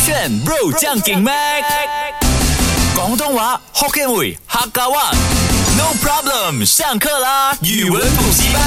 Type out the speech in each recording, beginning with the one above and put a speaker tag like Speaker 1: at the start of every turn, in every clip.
Speaker 1: 选 Bro 将劲 Mac，广东话 Hokkien 语客家话。No problem，上课啦！语文补习班。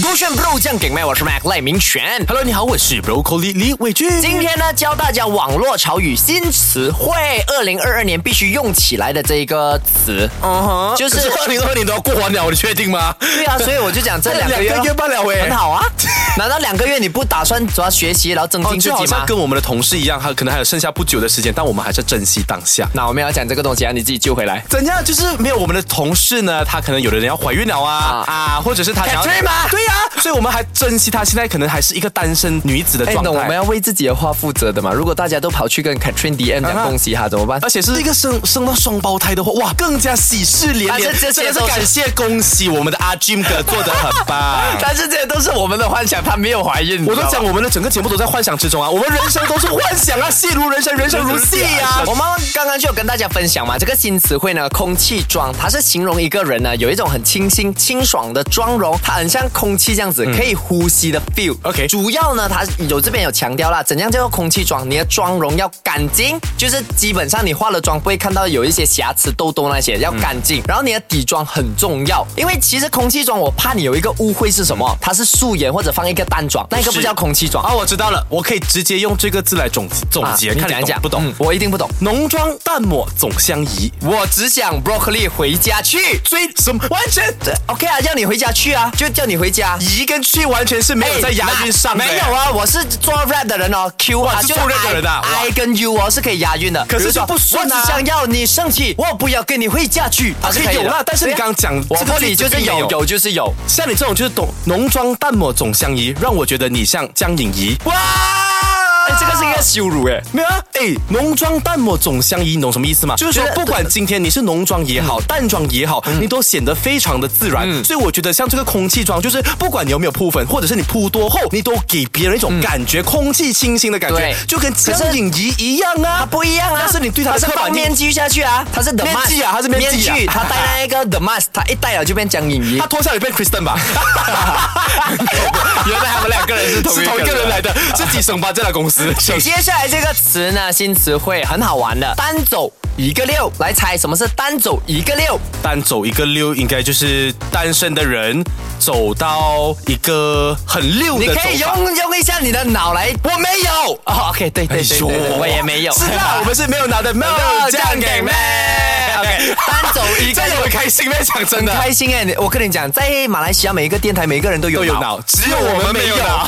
Speaker 2: 不炫 Bro 酱给麦，我是 Mac 赖明全。
Speaker 1: Hello，你好，我是 Broccoli 李伟俊。
Speaker 2: 今天呢，教大家网络潮语新词汇，二零二二年必须用起来的这一个词，
Speaker 3: 嗯哼，
Speaker 2: 就是
Speaker 1: 可是二零二年都要过完了，你确定吗？
Speaker 2: 对啊，所以我就讲这 两个月
Speaker 1: 两个月半了喂
Speaker 2: 很好啊。 难道两个月你不打算主要学习，然后增
Speaker 3: 哦，
Speaker 2: 进自
Speaker 3: 就好
Speaker 2: 己吗
Speaker 3: 像？跟我们的同事一样，他可能还有剩下不久的时间，但我们还是珍惜当下。
Speaker 2: 那我们要讲这个东西啊，你自己救回来。
Speaker 3: 怎样？啊就是没有我们的同事呢，他可能有的人要怀孕了啊啊
Speaker 2: 啊
Speaker 3: 或者是他想要
Speaker 2: Catherine 吗
Speaker 3: 对呀、所以我们还珍惜他现在可能还是一个单身女子的
Speaker 2: 哎，
Speaker 3: 状态。
Speaker 2: 那我们要为自己的话负责的嘛。如果大家都跑去跟 Katrin DM
Speaker 3: 啊哈
Speaker 2: 讲恭喜她，怎么办
Speaker 3: 而？且是一个生生到双胞胎的话，哇，更加喜事连连。
Speaker 2: 啊
Speaker 3: 真
Speaker 2: 这这些
Speaker 3: 的是
Speaker 2: 都是
Speaker 3: 感谢恭喜我们的阿俊哥做的很 棒。
Speaker 2: 但是这些都是我们的幻想，她没有怀孕。
Speaker 3: 我都
Speaker 2: 你知道
Speaker 3: 讲
Speaker 2: 吗
Speaker 3: 我们的整个节目都在幻想之中啊，我们人生都是幻想啊，戏如人生，人生如戏 啊。
Speaker 2: 我们刚刚就有跟大家分享嘛，这个新词汇呢，空气妆，它是形容一个人呢有一种很清新、清爽的妆容，它很像空气这样子，可以呼吸的 feel。
Speaker 3: OK
Speaker 2: 主要呢，它有这边有强调啦，怎样叫做空气妆？你的妆容要干净，就是基本上你化了妆不会看到有一些瑕疵、痘痘那些，要干净。然后你的底妆很重要，因为其实空气妆，我怕你有一个误会是什么？它是素颜或者放一个淡妆，那个不
Speaker 3: 是
Speaker 2: 叫空气妆。
Speaker 3: 啊，我知道了，我可以直接用这个字来总总结，
Speaker 2: 啊你
Speaker 3: 看
Speaker 2: 讲
Speaker 3: 你
Speaker 2: 一
Speaker 3: 懂
Speaker 2: 讲，
Speaker 3: 不懂
Speaker 2: 嗯？我一定不懂。
Speaker 3: 浓妆淡抹总相宜，
Speaker 2: 我只想 broccoli 回家去。
Speaker 3: 追什么完全
Speaker 2: 对 OK 啊，叫你回家去啊，就叫你回家。
Speaker 3: 宜跟去完全是没有在押韵上的、
Speaker 2: 哎那没有啊，我是做 rap 的人哦，Q 啊，
Speaker 3: 哇是做 rap 的人啊哇
Speaker 2: I,，I 跟 U 哦是可以押韵的，
Speaker 3: 可是
Speaker 2: 比如说
Speaker 3: 就不顺啊
Speaker 2: 我只想要你生气，我不要跟你回家去，啊
Speaker 3: 可以有啦但是你刚刚讲
Speaker 2: 我
Speaker 3: 这个
Speaker 2: 这里
Speaker 3: 句
Speaker 2: 就
Speaker 3: 子
Speaker 2: 是
Speaker 3: 并没
Speaker 2: 有，
Speaker 3: 有
Speaker 2: 有就是有，
Speaker 3: 像你这种就是懂浓妆淡抹总相宜，让我觉得你像江颖仪。哇，
Speaker 2: 哎，这个是一个羞辱哎。
Speaker 3: 没有啊？哎，浓妆淡抹总相宜，你懂什么意思吗？就是说
Speaker 2: 觉，得
Speaker 3: 不管今天你是浓妆也好，淡妆也好，
Speaker 2: 嗯
Speaker 3: 你都显得非常的自然。所以我觉得像这个空气妆，就是不管你有没有铺粉，或者是你铺多厚，你都给别人一种感觉，空气清新的感觉
Speaker 2: 嗯对，
Speaker 3: 就跟江
Speaker 2: 可是
Speaker 3: 颖仪一样啊。
Speaker 2: 它不一样啊，
Speaker 3: 但是你对它的
Speaker 2: 是
Speaker 3: 刻板
Speaker 2: 放
Speaker 3: 印
Speaker 2: 面具下去啊，它是 the
Speaker 3: 面
Speaker 2: mask，
Speaker 3: 具啊它是面具啊
Speaker 2: 面具，它戴那一个 the mask，它一戴了就变江颖仪
Speaker 3: 他。脱下来变 Kristen 吧，
Speaker 2: 原来他们两个人 是
Speaker 3: 是同一个人来的，是几省吧？这家 公司
Speaker 2: 接下来这个词呢，新词汇很好玩的，单走一个六，来猜什么是单走一个六？
Speaker 3: 单走一个溜，应该就是单身的人走到一个很溜的
Speaker 2: 你
Speaker 3: 走法。
Speaker 2: 可以用用一下你的脑来。我没有。哦，OK，对对对对对
Speaker 3: 哎呦
Speaker 2: 我也没有。
Speaker 3: 是啦， 我们是没有拿的，没有
Speaker 2: 有
Speaker 3: 这
Speaker 2: 这
Speaker 3: 样
Speaker 2: 样
Speaker 3: 给
Speaker 2: 给
Speaker 3: 妹
Speaker 2: 妹。OK，单 走一
Speaker 3: 这
Speaker 2: 个
Speaker 3: 样有
Speaker 2: 六。
Speaker 3: 开心咩？讲真的，
Speaker 2: 开心哎、你我跟你讲，在马来西亚每一个电台，每一个人都有
Speaker 3: 都有脑，只有我们没有 脑。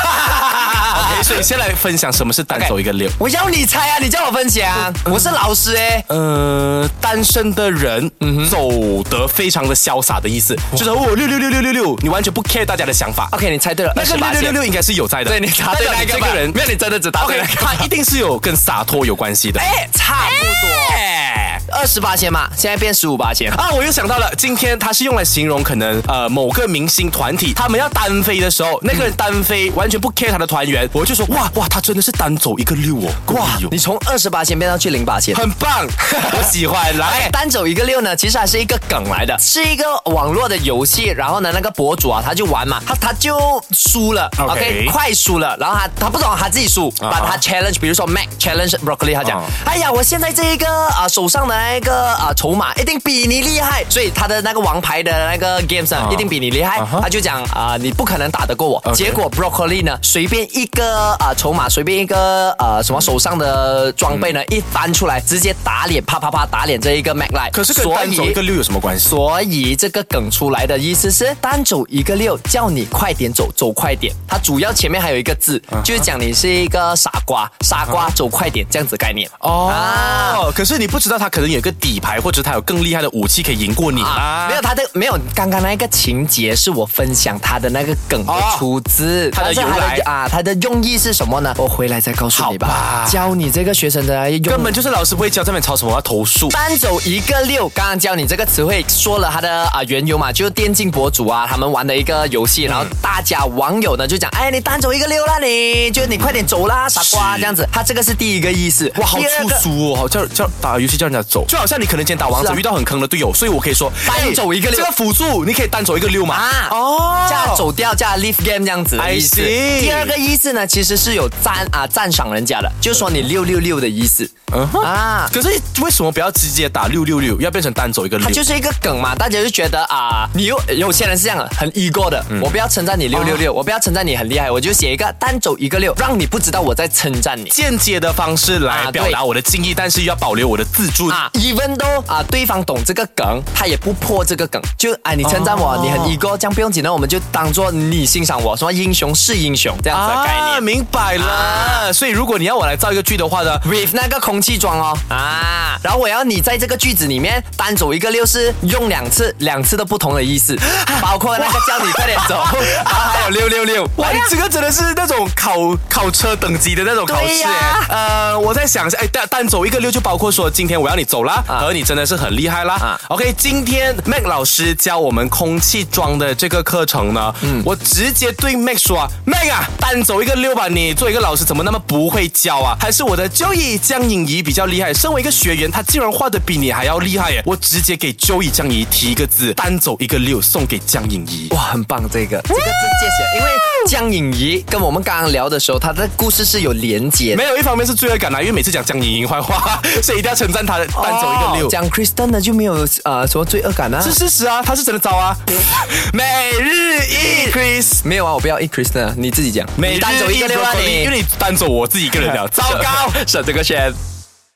Speaker 3: OK，所以先来分享什么是单走一个溜。
Speaker 2: 我要你猜啊，你叫我分享，我是老师哎、
Speaker 3: 呃，单身的人，走得非常的潇洒的意思，就是哦六六六六六六，你完全不 care 大家的想法。
Speaker 2: OK，你猜对了，
Speaker 3: 那个六
Speaker 2: 28
Speaker 3: 六六
Speaker 2: 啊线
Speaker 3: 六应该是有在的，
Speaker 2: 对你答对
Speaker 3: 代表
Speaker 2: 那
Speaker 3: 你
Speaker 2: 个
Speaker 3: 这
Speaker 2: 吧
Speaker 3: 个人
Speaker 2: 没有，你真的只答对
Speaker 3: OK，
Speaker 2: 那个吧。
Speaker 3: 他一定是有跟洒脱有关系的。
Speaker 2: 哎，差不多，二十八千嘛，现在变十五八千。
Speaker 3: 啊，我又想到了，今天它是用来形容可能呃某个明星团体他们要单飞的时候，那个人单飞完全不 care 他的团员，我就说哇哇，他真的是单走一个六 哦，哇，
Speaker 2: 你从二十八千变到去零八千。
Speaker 3: 很棒，我喜欢，来。
Speaker 2: 单走一个六呢，其实还是一个梗来的，是一个网络的游戏。然后呢，那个博主啊，他就玩嘛，他他就输了
Speaker 3: OK
Speaker 2: 快输了。然后他他不懂，他自己输，
Speaker 3: 啊
Speaker 2: 把他 challenge，比如说 Mac challenge broccoli，他讲
Speaker 3: 啊，
Speaker 2: 哎呀，我现在这一个啊手上的那个啊筹码一定比你厉害，所以他的那个王牌的那个 games 呢
Speaker 3: 啊
Speaker 2: 一定比你厉害
Speaker 3: 啊哈。
Speaker 2: 他就讲啊，你不可能打得过我。
Speaker 3: OK
Speaker 2: 结果 broccoli 呢，随便一个啊筹码，随便一个呃什么手上的装备
Speaker 3: 嗯
Speaker 2: 呢，一翻出来，直接打脸，啪啪啪打脸这一个 Mac 来。
Speaker 3: 可是跟
Speaker 2: 所
Speaker 3: 单走一
Speaker 2: 以
Speaker 3: 个六有什么关系？
Speaker 2: 所以这个梗出来的意思是单走一个六，叫你快点走，走快点。它主要前面还有一个字，
Speaker 3: 啊
Speaker 2: 就是讲你是一个傻瓜，傻瓜走快点这样子概念。啊
Speaker 3: 哦，可是你不知道他可能有一个底牌，或者他有更厉害的武器可以赢过你
Speaker 2: 啊
Speaker 3: 啊。
Speaker 2: 没有他的没有，刚刚那个情节是我分享他的那个梗的
Speaker 3: 哦
Speaker 2: 出自、
Speaker 3: 它的
Speaker 2: 但是
Speaker 3: 由来
Speaker 2: 啊，他的用意是什么呢？我回来再告诉你吧，
Speaker 3: 好吧
Speaker 2: 教你这个学生的来用
Speaker 3: 根本就是老师不会教，这边吵什么要投诉。
Speaker 2: 单走一个六，刚刚教你这个词汇，说了它的啊、缘由嘛，就是电竞博主啊，他们玩的一个游戏，然后大家网友呢就讲，哎，你单走一个六啦你，就是你快点走啦，傻瓜
Speaker 3: 是
Speaker 2: 这样子，他这个是第一个意思，
Speaker 3: 哇，好
Speaker 2: 第二
Speaker 3: 粗
Speaker 2: 个
Speaker 3: 俗哦！好叫叫打游戏叫人家走手，就好像你可能今天打王者
Speaker 2: 是啊
Speaker 3: 遇到很坑的队友，所以我可以说
Speaker 2: 单走一个
Speaker 3: 哎
Speaker 2: 六
Speaker 3: 这个辅助你可以单走一个六嘛。
Speaker 2: 啊，
Speaker 3: 哦
Speaker 2: 加走掉加 leave game 这样子的
Speaker 3: I
Speaker 2: 意思。
Speaker 3: see
Speaker 2: 第二个意思呢，其实是有赞啊赞赏人家的，就说你六六六的意思。
Speaker 3: 嗯哼
Speaker 2: 啊，
Speaker 3: 可是为什么不要直接打六六六，要变成单走一个六
Speaker 2: 它？就是一个梗嘛，大家就觉得啊，你又有些人是这样的很 ego 的，
Speaker 3: 嗯
Speaker 2: 我不要称赞你六六
Speaker 3: 哦
Speaker 2: 六，我不要称赞你很厉害，我就写一个单走一个六，让你不知道我在称赞你。
Speaker 3: 间接的方式来
Speaker 2: 啊
Speaker 3: 表达我的敬意，但是又要保留我的自尊。
Speaker 2: 啊，even though 啊，对方懂这个梗，他也不破这个梗，就啊，你称赞我，
Speaker 3: 哦
Speaker 2: 你很 ego，这样不用紧的，我们就当做你欣赏我，什么英雄是英雄这样子的概念。
Speaker 3: 明白了。啊所以如果你要我来啊造一个句的话呢，
Speaker 2: with 那个空气装哦啊，然后我要你在这个句子里面单走一个六是用两次，两次都不同的 意思，包括那个叫你快点走，
Speaker 3: 啊
Speaker 2: 然后还有六六六，
Speaker 3: 哇，你这个真的是那种考考车等级的那种考
Speaker 2: 对
Speaker 3: 试、
Speaker 2: 呀
Speaker 3: 哎呃，我在想一下，哎，单单走一个六就包括说，今天我要你走啦，而你真的是很厉害啦。
Speaker 2: 啊
Speaker 3: OK，今天 Mac 老师教我们空气装的这个课程呢，
Speaker 2: 嗯
Speaker 3: 我直接对 Mac 说啊，Mac 啊，单走一个六吧，你作为一个老师怎么那么不会教啊？还是我的 Joey 江颖仪比较厉害？身为一个学员，他竟然画的比你还要厉害耶！我直接给 Joey 江颖仪提一个字，单走一个六送给江颖仪。
Speaker 2: 哇，很棒这个，
Speaker 3: 嗯
Speaker 2: 这个是借写，因为江颖仪跟我们刚刚聊的时候，她的故事是有连接的。
Speaker 3: 没有，一方面是罪恶感啦，因为每次讲江莹莹坏话， 所以一定要称赞她的单走一个六。
Speaker 2: 哦讲 Kristen 的就没有呃什么罪恶感啊
Speaker 3: 哦是，事实啊，她是真的糟啊。 每日一 Chris，
Speaker 2: 没有啊，我不要一 Kristen，啊你自己讲，
Speaker 3: 每日
Speaker 2: 你单走一个六啊
Speaker 3: broccoli，
Speaker 2: 你
Speaker 3: 因。为你单走我自己一个人了，糟糕。
Speaker 2: 省这个圈。